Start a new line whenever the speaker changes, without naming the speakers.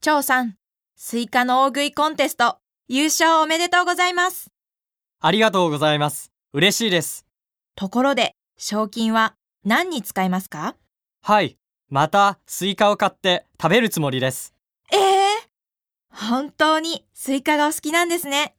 張さん、スイカの大食いコンテスト、優勝おめでとうございます。
ありがとうございます。嬉しいです。
ところで、賞金は何に使いますか
はい。また、スイカを買って食べるつもりです。
ええ本当にスイカがお好きなんですね。